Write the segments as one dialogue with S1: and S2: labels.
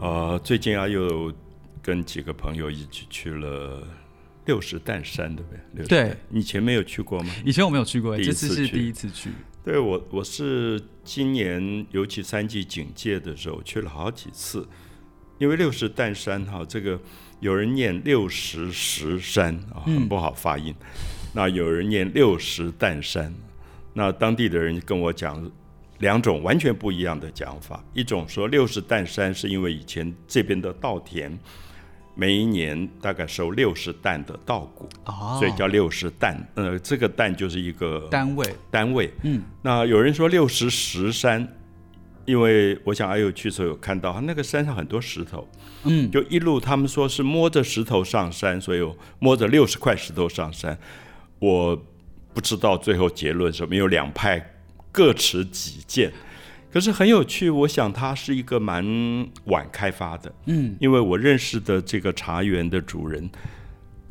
S1: 呃，最近啊，又跟几个朋友一起去了六十担山，对不对？六十
S2: 对
S1: 担，你以前没有去过吗？
S2: 以前我没有去过，
S1: 第一
S2: 这次
S1: 次
S2: 是
S1: 去
S2: 第一次去。
S1: 对我，我是今年尤其三级警戒的时候去了好几次，因为六十担山哈，这个有人念六十石山啊，很不好发音，那有人念六十担山，那当地的人跟我讲。两种完全不一样的讲法，一种说六十担山是因为以前这边的稻田每一年大概收六十担的稻谷，
S2: 哦
S1: 所以叫六十担。呃，这个担就是一个
S2: 单位，
S1: 单位。
S2: 嗯，
S1: 那有人说六十石山，因为我想阿友去的时候有看到，那个山上很多石头，
S2: 嗯，
S1: 就一路他们说是摸着石头上山，所以我摸着六十块石头上山。我不知道最后结论是什么，有两派各持己见。可是很有趣，我想它是一个蛮晚开发的，
S2: 嗯，
S1: 因为我认识的这个茶园的主人，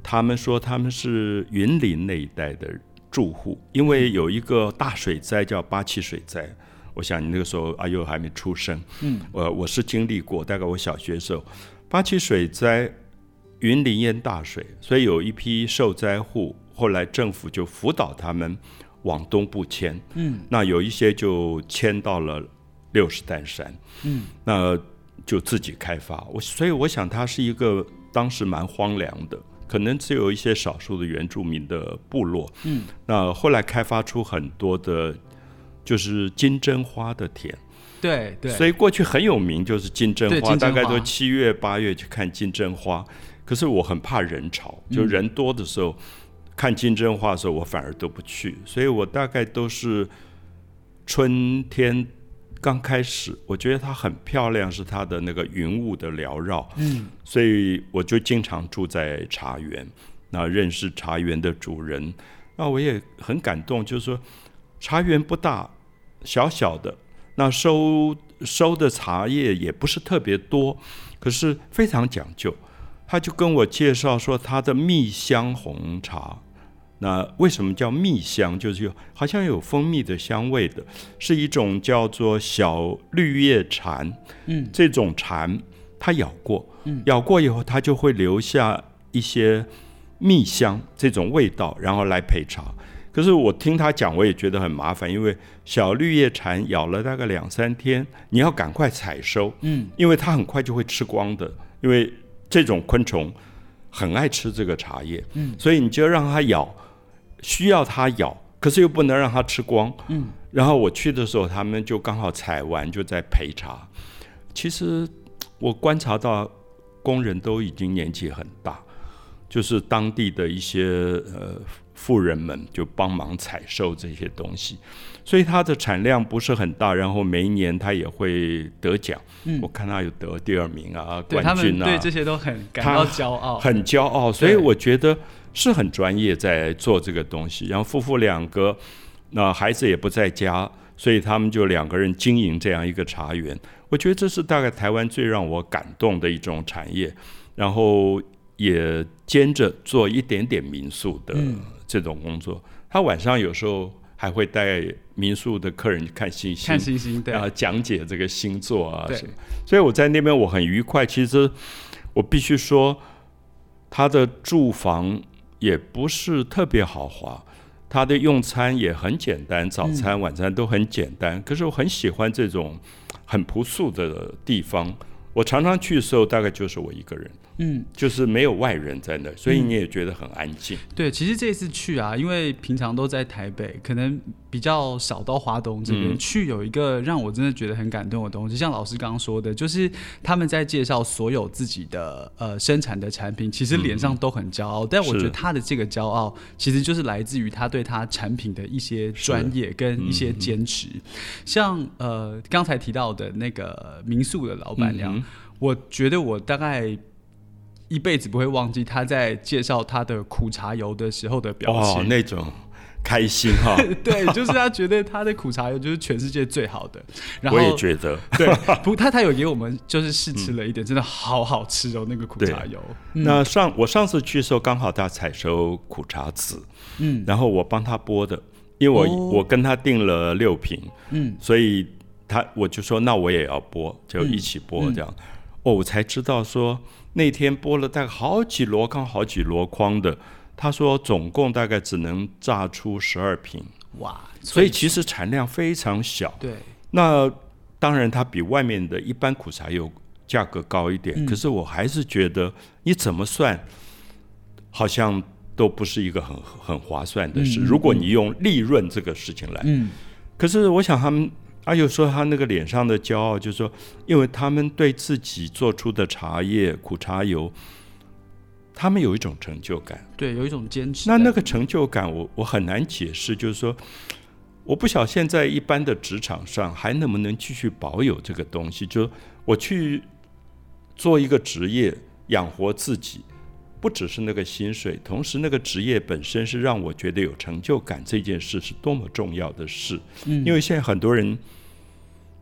S1: 他们说他们是云林那一带的住户，因为有一个大水灾叫八七水灾，我想你那个时候阿佑还没出生，嗯，呃，我是经历过，大概我小学的时候，八七水灾，云林淹大水，所以有一批受灾户，后来政府就辅导他们往东部迁，嗯，那有一些就迁到了六十担山，嗯，那就自己开发，我所以我想它是一个当时蛮荒凉的。可能只有一些少数的原住民的部落，嗯，那后来开发出很多的，就是金针花的田，
S2: 对对，
S1: 所以过去很有名就是金针
S2: 对
S1: 花，
S2: 金针
S1: 大概
S2: 花
S1: 都七月八月去看金针花。可是我很怕人潮，
S2: 嗯
S1: 就人多的时候、看金针花的时候，我反而都不去。所以我大概都是春天刚开始，我觉得它很漂亮，是它的那个云雾的缭绕。嗯，所以我就经常住在茶园，那认识茶园的主人，那我也很感动，就是说茶园不大，小小的，那收收的茶叶也不是特别多，可是非常讲究。他就跟我介绍说他的蜜香红茶，那为什么叫蜜香？就是有好像有蜂蜜的香味的，是一种叫做小绿叶蝉。
S2: 嗯，
S1: 这种蝉它咬过，嗯，咬过以后它就会留下一些蜜香这种味道，然后来配茶。可是我听他讲，我也觉得很麻烦，因为小绿叶蝉咬了大概两三天，你要赶快采收，
S2: 嗯，
S1: 因为它很快就会吃光的，因为这种昆虫很爱吃这个茶叶，嗯，所以你就让它咬，需要它咬，可是又不能让它吃光，嗯。然后我去的时候，他们就刚好采完，就在陪茶。其实我观察到工人都已经年纪很大，就是当地的一些呃富人们就帮忙采收这些东西，所以它的产量不是很大。然后每一年它也会得奖，
S2: 嗯
S1: 我看它有得第二名啊、
S2: 对他
S1: 冠
S2: 们
S1: 军啊，
S2: 对这些都很感
S1: 他
S2: 到骄傲。
S1: 很骄傲，所以
S2: 哦对
S1: 我觉得是很专业在做这个东西。然后夫妇两个，那孩子也不在家，所以他们就两个人经营这样一个茶园。我觉得这是大概台湾最让我感动的一种产业，然后也兼着做一点点民宿的这种工作。他晚上有时候还会带民宿的客人去看星星，
S2: 看星星，对，
S1: 啊，讲解这个星座啊
S2: 对
S1: 什么。所以我在那边我很愉快。其实我必须说，他的住房也不是特别豪华，他的用餐也很简单，早餐、晚餐都很简单。可是我很喜欢这种很朴素的地方。我常常去的时候，大概就是我一个人，
S2: 嗯，
S1: 就是没有外人在那，所以你也觉得很安静。
S2: 对，其实这次去啊，因为平常都在台北，可能比较少到华东这边、
S1: 嗯
S2: 去。有一个让我真的觉得很感动的东西，像老师刚刚说的，就是他们在介绍所有自己的呃生产的产品，其实脸上都很骄傲。但我觉
S1: 嗯
S2: 得
S1: 是
S2: 他的这个骄傲，其实就是来自于他对他产品的一些专业跟一
S1: 嗯
S2: 些坚持。像呃刚才提到的那个民宿的老板娘，
S1: 嗯
S2: 我觉得我大概一辈子不会忘记她在介绍她的苦茶油的时候的表情。
S1: 哦，那种开心哈、
S2: 对，就是她觉得她的苦茶油 就是全世界最好的。然 后
S1: 我也觉得。嗯
S2: 对， 不，她她有给我们就是试吃了一点，真的好好吃哦，那个苦茶油。
S1: 那上我上次去的时候，刚好他采收苦茶籽，
S2: 嗯，
S1: 然后我帮他剥的，因为我、
S2: 哦
S1: 我跟他订了六瓶，
S2: 嗯，
S1: 所以他我就说那我也要剥，就一起剥这样。哦，我才知道说那天剥了大概好几箩筐、好几箩筐的。他说总共大概只能榨出十二瓶，
S2: 哇，
S1: 所以其实产量非常小。
S2: 对，
S1: 那当然，它比外面的一般苦茶油价格高一点，可是我还是觉得你怎么算，好像都不是一个很很划算的事。如果你用利润这个事情来，
S2: 嗯，
S1: 可是我想他们，阿、啊、有说他那个脸上的骄傲，就是说，因为他们对自己做出的茶叶苦茶油，他们有一种成就感。
S2: 对，有一种坚持在。
S1: 那那个成就感我，我很难解释，就是说，我不晓得现在一般的职场上还能不能继续保有这个东西，就是我去做一个职业养活自己，不只是那个薪水，同时那个职业本身是让我觉得有成就感，这件事是多么重要的事。
S2: 嗯
S1: 因为现在很多人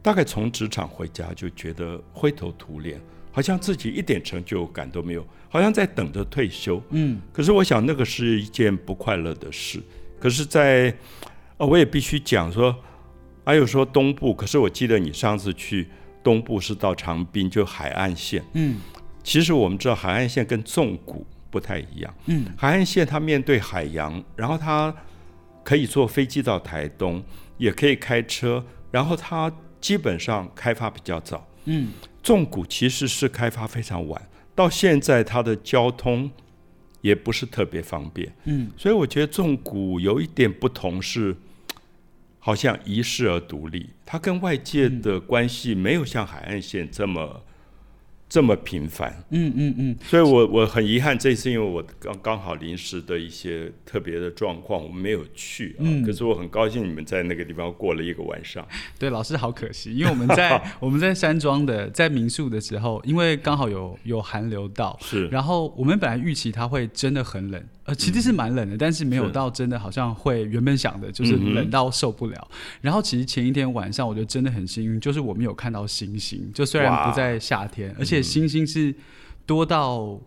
S1: 大概从职场回家就觉得灰头土脸，好像自己一点成就感都没有，好像在等着退休。
S2: 嗯，
S1: 可是我想那个是一件不快乐的事。可是在，呃，我也必须讲说，还有说东部，可是我记得你上次去东部是到长滨，就海岸线。
S2: 嗯
S1: 其实我们知道海岸线跟纵谷不太一样，
S2: 嗯，
S1: 海岸线它面对海洋，然后它可以坐飞机到台东，也可以开车，然后它基本上开发比较早。
S2: 嗯，
S1: 纵谷其实是开发非常晚，到现在它的交通也不是特别方便。
S2: 嗯，
S1: 所以我觉得纵谷有一点不同是，好像遗世而独立，它跟外界
S2: 嗯
S1: 的关系没有像海岸线这么这么频繁。
S2: 嗯嗯嗯，
S1: 所以我我很遗憾，这次因为我刚刚好临时的一些特别的状况，我没有去啊。
S2: 嗯
S1: 可是我很高兴你们在那个地方过了一个晚上。
S2: 对，老师好可惜，因为我们在我们在山庄的在民宿的时候，因为刚好有有寒流到，
S1: 是嗯
S2: 然后我们本来预期它会真的很冷，呃，其实是蛮冷的，但是没有
S1: 是
S2: 到真的好像会原本想的就是
S1: 嗯哼
S2: 冷到受不了。然后其实前一天晚上，我觉得真的很幸运，就是我们有看到星星，就虽然
S1: 哇
S2: 不在夏天，而且星星是多到。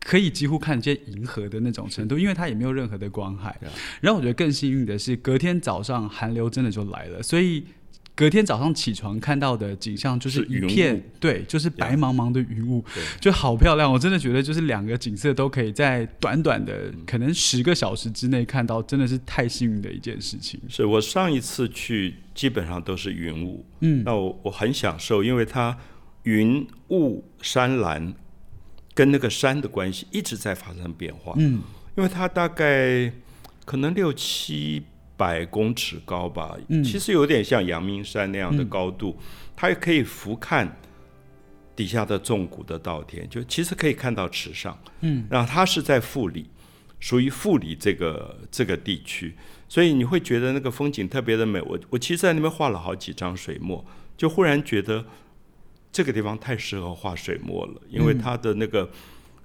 S2: 可以几乎看见银河的那种程度，因为它也没有任何的光害。然后我觉得更幸运的是，隔天早上寒流真的就来了，所以隔天早上起床看到的景象就是
S1: 是
S2: 一
S1: 云雾
S2: 片对，就是白茫茫的云雾
S1: 对，
S2: 就好漂亮。我真的觉得就是两个景色都可以在短短的
S1: 嗯
S2: 可能十个小时之内看到，真的是太幸运的一件事情。
S1: 是我上一次去基本上都是云雾，
S2: 嗯
S1: 那我我很享受，因为它云雾山岚跟那个山的关系一直在发生变化，
S2: 嗯
S1: 因为它大概可能六七百公尺高吧，
S2: 嗯
S1: 其实有点像阳明山那样的高度，它也可以俯瞰底下的纵谷的稻田，就其实可以看到池上。
S2: 嗯，
S1: 然后它是在富里，属于富里这个这个地区，所以你会觉得那个风景特别的美。我我其实在那边画了好几张水墨，就忽然觉得这个地方太适合画水墨了，因为它的那个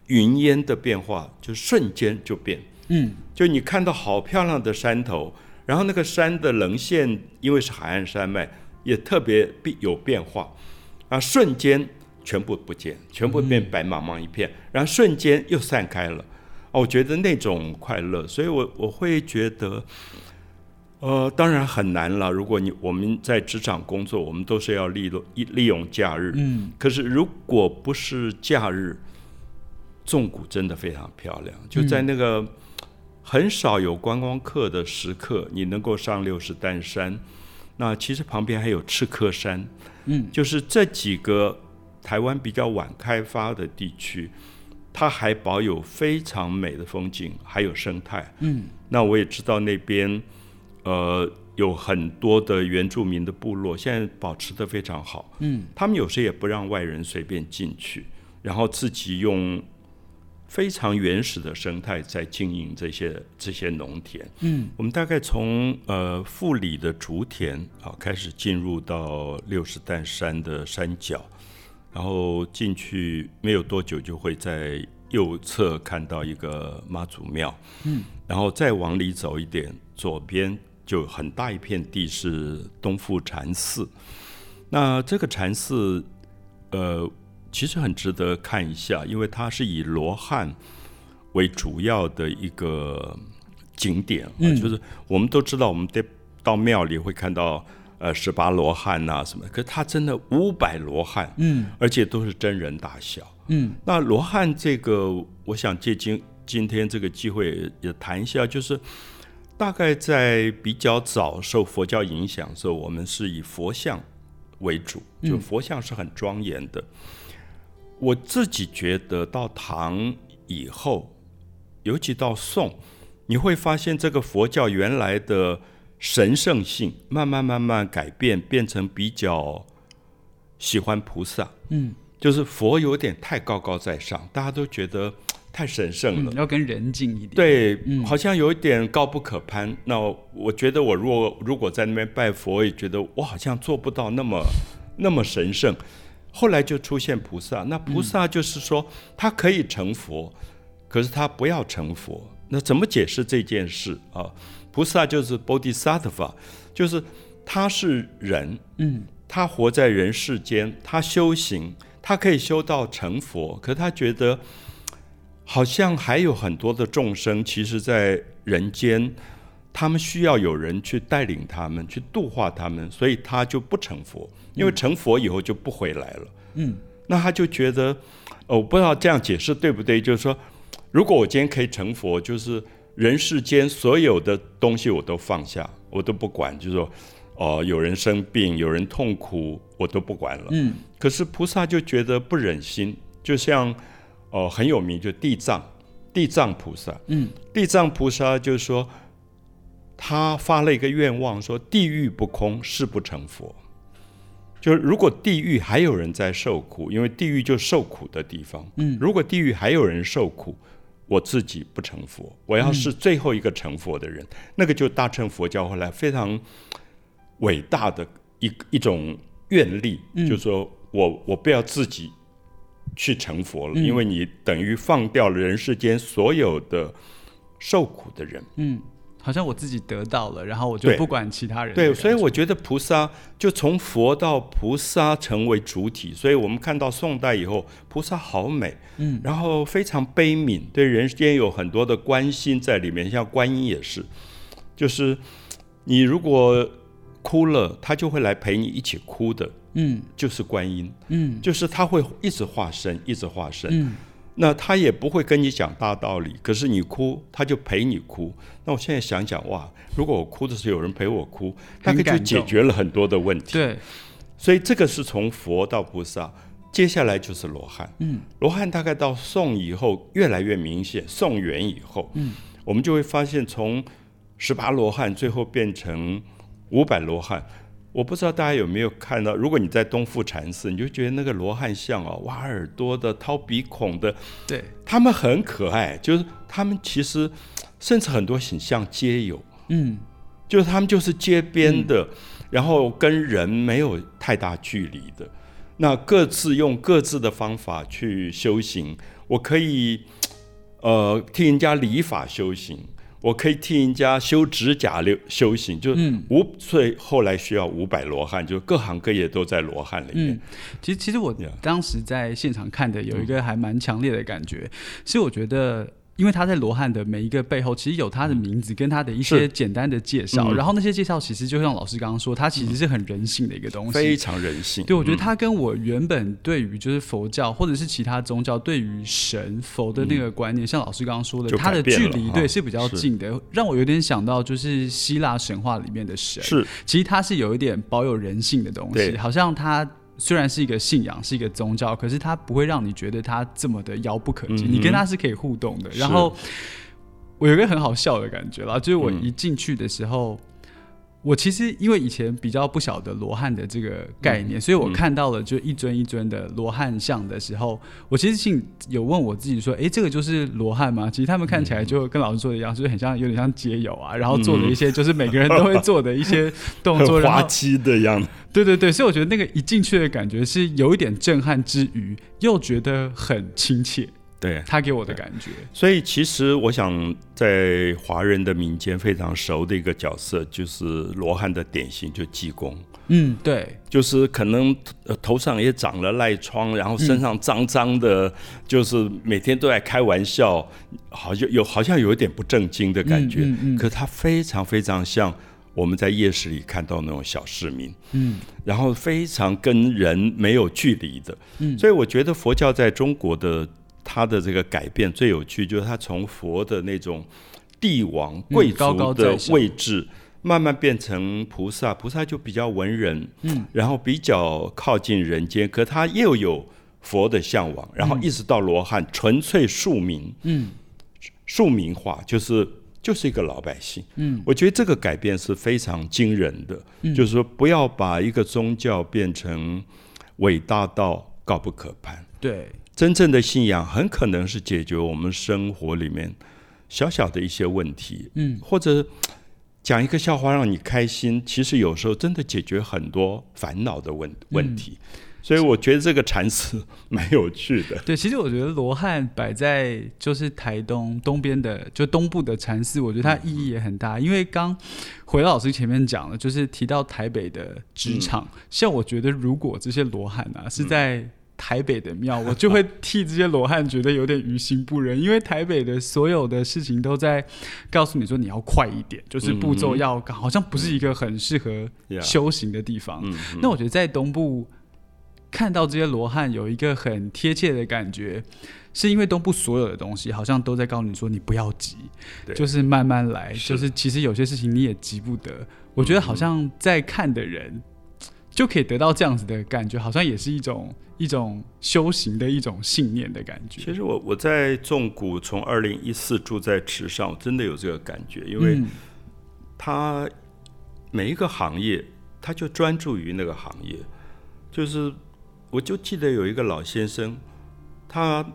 S1: 云烟的变化就瞬间就变。
S2: 嗯
S1: 就你看到好漂亮的山头，然后那个山的棱线，因为是海岸山脉，也特别必有变化，啊，瞬间全部不见，全部变白茫茫一片，然后瞬间又散开了。啊，我觉得那种快乐，所以我我会觉得，呃，当然很难了。如果你我们在职场工作，我们都是要利用利用假日，
S2: 嗯，
S1: 可是如果不是假日，纵谷真的非常漂亮，
S2: 嗯
S1: 就在那个很少有观光客的时刻，你能够上六十担山。那其实旁边还有赤科山，
S2: 嗯，
S1: 就是这几个台湾比较晚开发的地区，它还保有非常美的风景，还有生态。
S2: 嗯，
S1: 那我也知道那边，呃，有很多的原住民的部落，现在保持得非常好。
S2: 嗯，
S1: 他们有时也不让外人随便进去，然后自己用非常原始的生态在经营这些这些农田。
S2: 嗯，
S1: 我们大概从呃富里的竹田啊开始进入到六十担山的山脚，然后进去没有多久就会在右侧看到一个妈祖庙。
S2: 嗯，
S1: 然后再往里走一点，左边就很大一片地是东富禅寺。那这个禅寺，呃，其实很值得看一下，因为它是以罗汉为主要的一个景点，啊
S2: 嗯
S1: 就是我们都知道，我们得到庙里会看到。呃十八罗汉呐、什么的，可是他真的五百罗汉，
S2: 嗯
S1: 而且都是真人大小。
S2: 嗯
S1: 那罗汉这个，我想借今今天这个机会也谈一下，就是大概在比较早受佛教影响的时候，我们是以佛像为主，就佛像是很庄严的。我自己觉得到唐以后，尤其到宋，你会发现这个佛教原来的神圣性慢慢慢慢改变，变成比较喜欢菩萨。
S2: 嗯
S1: 就是佛有点太高高在上，大家都觉得嘖太神圣了。
S2: 嗯，要跟人近一点。，嗯
S1: 对，好像有一点高不可攀。那我觉得，我若如果在那边拜佛，我也觉得我好像做不到那么那么神圣。后来就出现菩萨，那菩萨就是说，他可以成佛，可是他不要成佛。那怎么解释这件事啊？菩萨就是 bodhisattva，就是他是人，
S2: 嗯
S1: 他活在人世间，他修行，他可以修到成佛，可他觉得嘖好像还有很多的众生，其实在人间，他们需要有人去带领他们，去度化他们，所以他就不成佛，因为成佛以后就不回来了。
S2: 嗯
S1: 那他就觉得，呃，我不知道这样解释对不对，就是说，如果我今天可以成佛，就是人世间所有的东西我都放下，我都不管，就是说，哦、有人生病，有人痛苦，我都不管了。
S2: 嗯
S1: 可是菩萨就觉得不忍心，就像，呃，很有名，就地藏，地藏菩萨，
S2: 嗯，
S1: 地藏菩萨就是说，他发了一个愿望，说地狱不空，誓不成佛。就是如果地狱还有人在受苦，因为地狱就是受苦的地方，
S2: 嗯，
S1: 如果地狱还有人受苦，我自己不成佛，我要是最后一个成佛的人，那个就大乘佛教后来非常伟大的一一种愿力，就是说我我不要自己去成佛了，因为你等于放掉了人世间所有的受苦的人。
S2: 嗯好像我自己得到了，然后我就
S1: 对
S2: 不管其他人的感觉。
S1: 对，所以我觉得菩萨就从佛到菩萨成为主体，所以我们看到宋代以后，菩萨好美，嗯，然后非常悲悯，对人间有很多的关心在里面，像观音也是，就是你如果哭了，他就会来陪你一起哭的，
S2: 嗯
S1: 就是观音，
S2: 嗯
S1: 就是他会一直化身，一直化身，
S2: 嗯
S1: 那他也不会跟你讲大道理，可是你哭，他就陪你哭。那我现在想想，哇，如果我哭的时候有人陪我哭，大概
S2: 很感
S1: 就
S2: 动
S1: 解决了很多的问题。
S2: 对，
S1: 所以这个是从佛到菩萨，接下来就是罗汉。
S2: 嗯，
S1: 罗汉大概到宋以后越来越明显，宋元以后，嗯，我们就会发现从十八罗汉最后变成五百罗汉。我不知道大家有没有看到，如果你在东富禅寺，你就觉得那个罗汉像哦，挖耳朵的、掏鼻孔的，
S2: 对，
S1: 他们很可爱，就是他们其实甚至很多形象皆有，
S2: 嗯
S1: 就是他们就是街边的，然后跟人没有太大距离的，那各自用各自的方法去修行。我可以，呃，替人家理发修行，我可以替人家修指甲留修行，就是
S2: 嗯
S1: 五，所以后来需要五百罗汉，就各行各业都在罗汉里面。
S2: 嗯，其实其实我
S1: Yeah 嗯
S2: 当时在现场看的有一个还蛮强烈的感觉，是我觉得。因为他在罗汉的每一个背后，其实有他的名字跟他的一些
S1: 嗯是
S2: 简单的介绍，
S1: 嗯
S2: 然后那些介绍其实就像老师刚刚说，它其实是很人性的一个东西，
S1: 非常人性，嗯
S2: 嗯对，我觉得它跟我原本对于就是佛教或者是其他宗教对于神佛的那个观念，像老师刚刚说
S1: 嗯
S2: 的，
S1: 就
S2: 它的
S1: 改变
S2: 距
S1: 了
S2: 离
S1: 哈
S2: 对是比较
S1: 是
S2: 近的，让我有点想到就是希腊神话里面的神，
S1: 是
S2: 其实它是有一点保有人性的东西，
S1: 对
S2: 好像它。虽然是一个信仰，是一个宗教，可是它不会让你觉得它这么的遥不可及，
S1: 嗯哼
S2: 你跟它是可以互动的。
S1: 是
S2: 然后我有一个很好笑的感觉啦，就是我
S1: 嗯
S2: 一进去的时候，我其实因为以前比较不晓得罗汉的这个概念，所以我看到了就一尊一尊的罗汉像的时候，我其实心有问我自己说，诶，这个就是罗汉吗？其实他们看起来就跟老师说的一样，就是很像有点像街友啊，然后做的一些就是每个人都会做的一些动 作，
S1: 很
S2: 然
S1: 滑
S2: 后
S1: 稽的样子。
S2: 对对对，所以我觉得那个一进去的感觉是有一点震撼之余，又觉得很亲切，
S1: 对，
S2: 他给我的感觉，
S1: 所以其实我想，在华人的民间非常熟的一个角色，就是罗汉的典型，就济公，
S2: 嗯，对，
S1: 就是可能呃头上也长了癞疮，然后身上脏脏的，就是每天都在开玩笑，好像有好像有一点不正经的感觉，
S2: 嗯嗯嗯
S1: 可他非常非常像我们在夜市里看到那种小市民，
S2: 嗯
S1: 然后非常跟人没有距离的。
S2: 嗯
S1: 所以我觉得佛教在中国的它的这个改变最有趣，就是它从佛的那种帝王贵
S2: 嗯高
S1: 族
S2: 高
S1: 的
S2: 在上
S1: 位置，慢慢变成菩萨，菩萨就比较文人，
S2: 嗯，
S1: 然后比较靠近人间，可他又有佛的向往，然后一直到罗汉，纯粹庶民，
S2: 嗯
S1: 庶民化就是。就是一个老百姓，
S2: 嗯，
S1: 我觉得这个改变是非常惊人的，嗯、就是说不要把一个宗教变成伟大到高不可攀，
S2: 对，
S1: 真正的信仰很可能是解决我们生活里面小小的一些问题，
S2: 嗯，
S1: 或者讲一个笑话让你开心。其实有时候真的解决很多烦恼的问
S2: 嗯
S1: 问题，所以我觉得这个禅师蛮有趣的。
S2: 对，其实我觉得罗汉摆在就是台东东边的，就东部的禅寺，我觉得它意义也很大。因为刚回到老师前面讲了，就是提到台北的职场，像我觉得如果这些罗汉啊是在台北的庙，我就会替这些罗汉觉得有点于心不忍，因为台北的所有的事情都在告诉你说你要快一点，就是步骤要，好像不是一个很适合
S1: Yeah
S2: 修行的地方。
S1: 嗯，
S2: 那我觉得在东部看到这些罗汉有一个很贴切的感觉，是因为东部所有的东西好像都在告诉你说你不要急，
S1: 对
S2: 就是慢慢来，
S1: 是嗯
S2: 就是其实有些事情你也急不得。我觉得好像在看的人。就可以得到这样子的感觉，好像也是一种一种修行的一种信念的感觉。
S1: 其实我我在纵谷从二零一四住在池上，我真的有这个感觉，因为
S2: 嗯
S1: 他每一个行业，他就专注于那个行业。就是我就记得有一个老先生，他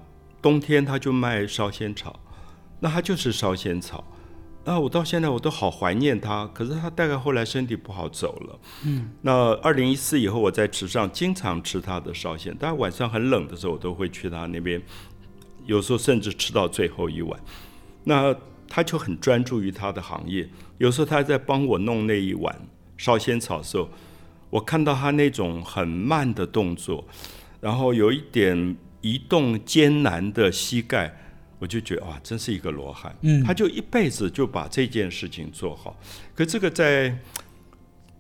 S1: 冬天他就卖烧仙草，那他就是烧仙草。那我到现在我都好怀念他，可是他大概后来身体不好走了。嗯，那二零一四以后，我在池上经常吃他的烧仙，但晚上很冷的时候，我都会去他那边，有时候甚至吃到最后一碗。那他就很专注于他的行业，有时候他在帮我弄那一碗烧仙草的时候，我看到他那种很慢的动作，然后有一点移动艰难的膝盖，我就觉得哇，真是一个罗汉。
S2: 嗯
S1: 他就一辈子就把这件事情做好。可这个在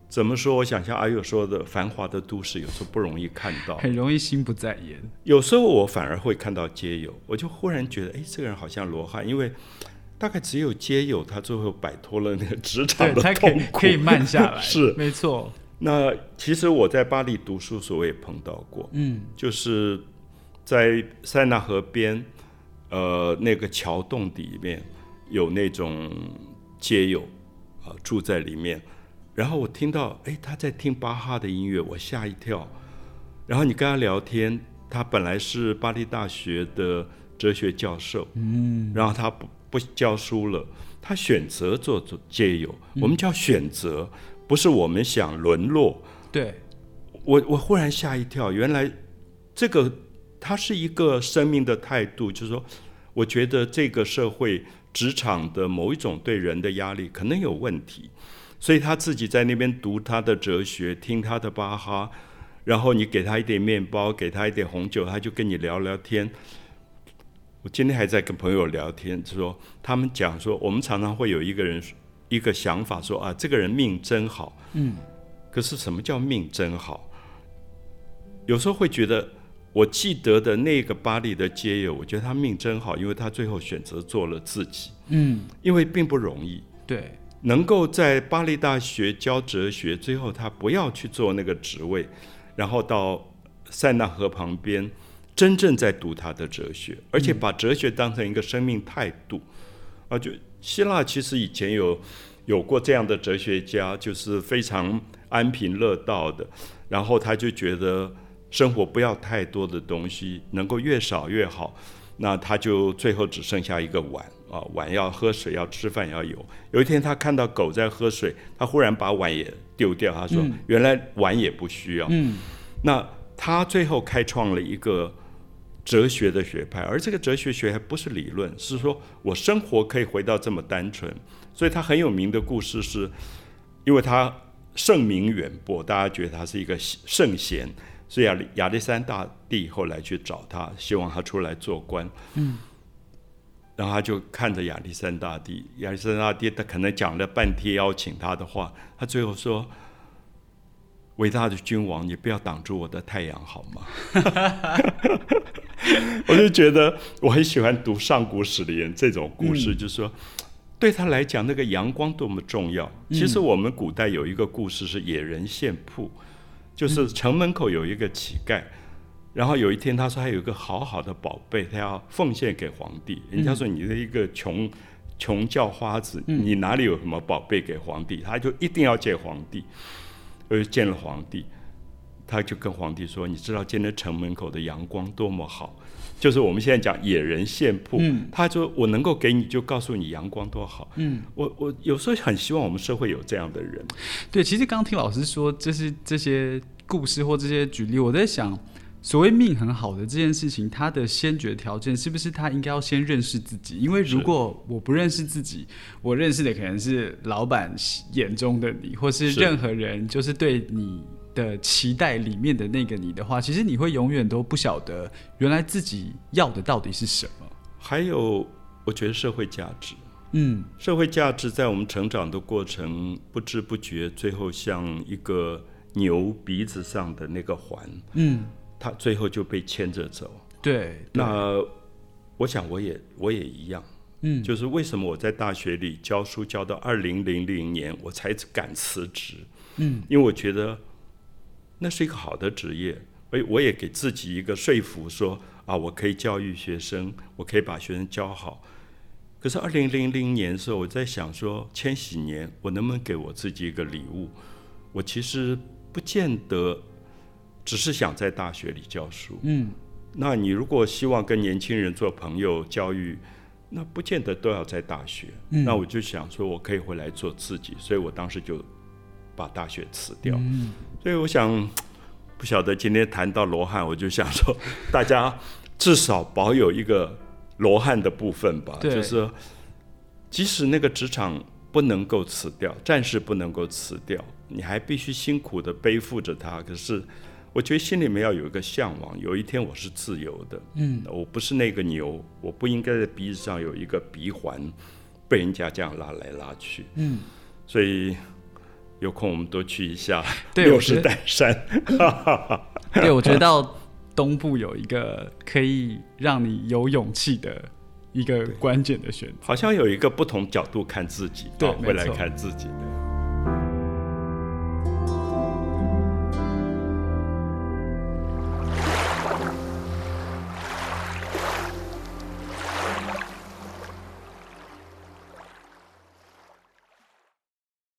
S1: 怎么说？我想像阿佑说的，繁华的都市有时候不容易看到。
S2: 很容易心不在焉。
S1: 有时候我反而会看到街友，我就忽然觉得，哎，这个人好像罗汉，因为大概只有街友他最后摆脱了那个职场
S2: 对，
S1: 的
S2: 他可
S1: 痛
S2: 以
S1: 苦。
S2: 可以慢下来，
S1: 是
S2: 没错。
S1: 那其实我在巴黎读书时，我也碰到过，
S2: 嗯
S1: 就是在塞纳河边，呃，那个桥洞里面有那种街友啊、住在里面，然后我听到，哎，他在听巴哈的音乐，我吓一跳。然后你跟他聊天，他本来是巴黎大学的哲学教授，
S2: 嗯，
S1: 然后他不不教书了，他选择做做街友，我们叫选择，不是我们想沦落。
S2: 对，
S1: 我我忽然吓一跳，原来这个它是一个生命的态度，就是说，我觉得这个社会职场的某一种对人的压力可能有问题，所以他自己在那边读他的哲学，听他的巴哈，然后你给他一点面包，给他一点红酒，他就跟你聊聊天。我今天还在跟朋友聊天，就说他们讲说，我们常常会有一个人一个想法说啊，这个人命真好，
S2: 嗯，
S1: 可是什么叫命真好？有时候会觉得，我记得的那个巴黎的街友，我觉得他命真好，因为他最后选择做了自己，
S2: 嗯，
S1: 因为并不容易。
S2: 对，
S1: 能够在巴黎大学教哲学，最后他不要去做那个职位，然后到塞纳河旁边，真正在读他的哲学，而且把哲学当成一个生命态度。啊，就希腊其实以前有有过这样的哲学家，就是非常安贫乐道的，然后他就觉得生活不要太多的东西，能够越少越好。那他就最后只剩下一个碗啊，碗要喝水，要吃饭，要有。有一天他看到狗在喝水，他忽然把碗也丢掉，他说：“原来碗也不需要。
S2: 嗯，
S1: 那他最后开创了一个哲学的学派，而这个哲学学派不是理论，是说我生活可以回到这么单纯。所以他很有名的故事是，因为他盛名远播，大家觉得他是一个圣贤，所以亚历亚历山大帝后来去找他，希望他出来做官。嗯，然后他就看着亚历山大帝，亚历山大帝他可能讲了半天邀请他的话，他最后说：“伟大的君王，你不要挡住我的太阳好吗？” 我就觉得我很喜欢读上古史的人这种故事，就是说对他来讲，那个阳光多么重要。其实我们古代有一个故事是野人献曝，就是城门口有一个乞丐。然后有一天，他说他有一个好好的宝贝，他要奉献给皇帝。人家说你的一个穷穷叫花子，你哪里有什么宝贝给皇帝？他就一定要见皇帝。呃，见了皇帝，他就跟皇帝说：“你知道今天城门口的阳光多么好，就是我们现在讲野人献曝。他说：“我能够给你，就告诉你阳光多好。”嗯，我我有时候很希望我们社会有这样的人。
S2: 对，其实刚刚听老师说，就是这些故事或这些举例，我在想，所谓命很好的这件事情，它的先决条件是不是他应该要先认识自己？因为如果我不认识自己，我认识的可能是老板眼中的你，或是
S1: 是
S2: 任何人，就是对你。的期待里面的那个你的话，其实你会永远都不晓得原来自己要的到底是什么。
S1: 还有，我觉得社会价值。
S2: 嗯
S1: 社会价值在我们成长的过程，不知不觉，最后像一个牛鼻子上的那个环，
S2: 嗯，
S1: 它最后就被牵着走。
S2: 对，
S1: 那我想，我也我也一样。
S2: 嗯
S1: 就是为什么我在大学里教书教到二零零零年，我才敢辞职。
S2: 嗯，
S1: 因为我觉得那是一个好的职业，我也我也给自己一个说服说啊，我可以教育学生，我可以把学生教好。可是二零零零年的时候，我在想说，千禧年我能不能给我自己一个礼物？我其实不见得只是想在大学里教书，
S2: 嗯，
S1: 那你如果希望跟年轻人做朋友、教育，那不见得都要在大学。那我就想说，我可以回来做自己，所以我当时就把大学辞掉。
S2: 嗯
S1: 所以我想，不晓得今天谈到罗汉，我就想说， 大家至少保有一个罗汉的部分吧，
S2: 对
S1: 就是说即使那个职场不能够辞掉，暂时不能够辞掉，你还必须辛苦的背负着它。可是，我觉得心里面要有一个向往，有一天我是自由的，嗯，我不是那个牛，我不应该在鼻子上有一个鼻环，被人家这样拉来拉去，
S2: 嗯，
S1: 所以。有空我们多去一下
S2: 对
S1: 六
S2: 我觉
S1: 十
S2: 得
S1: 代 山，
S2: 对，我觉得到东部有一个可以让你有勇气的一个关键的选择。
S1: 好像有一个不同角度看自己，
S2: 对
S1: 啊，回
S2: 没
S1: 来
S2: 错
S1: 看自己的。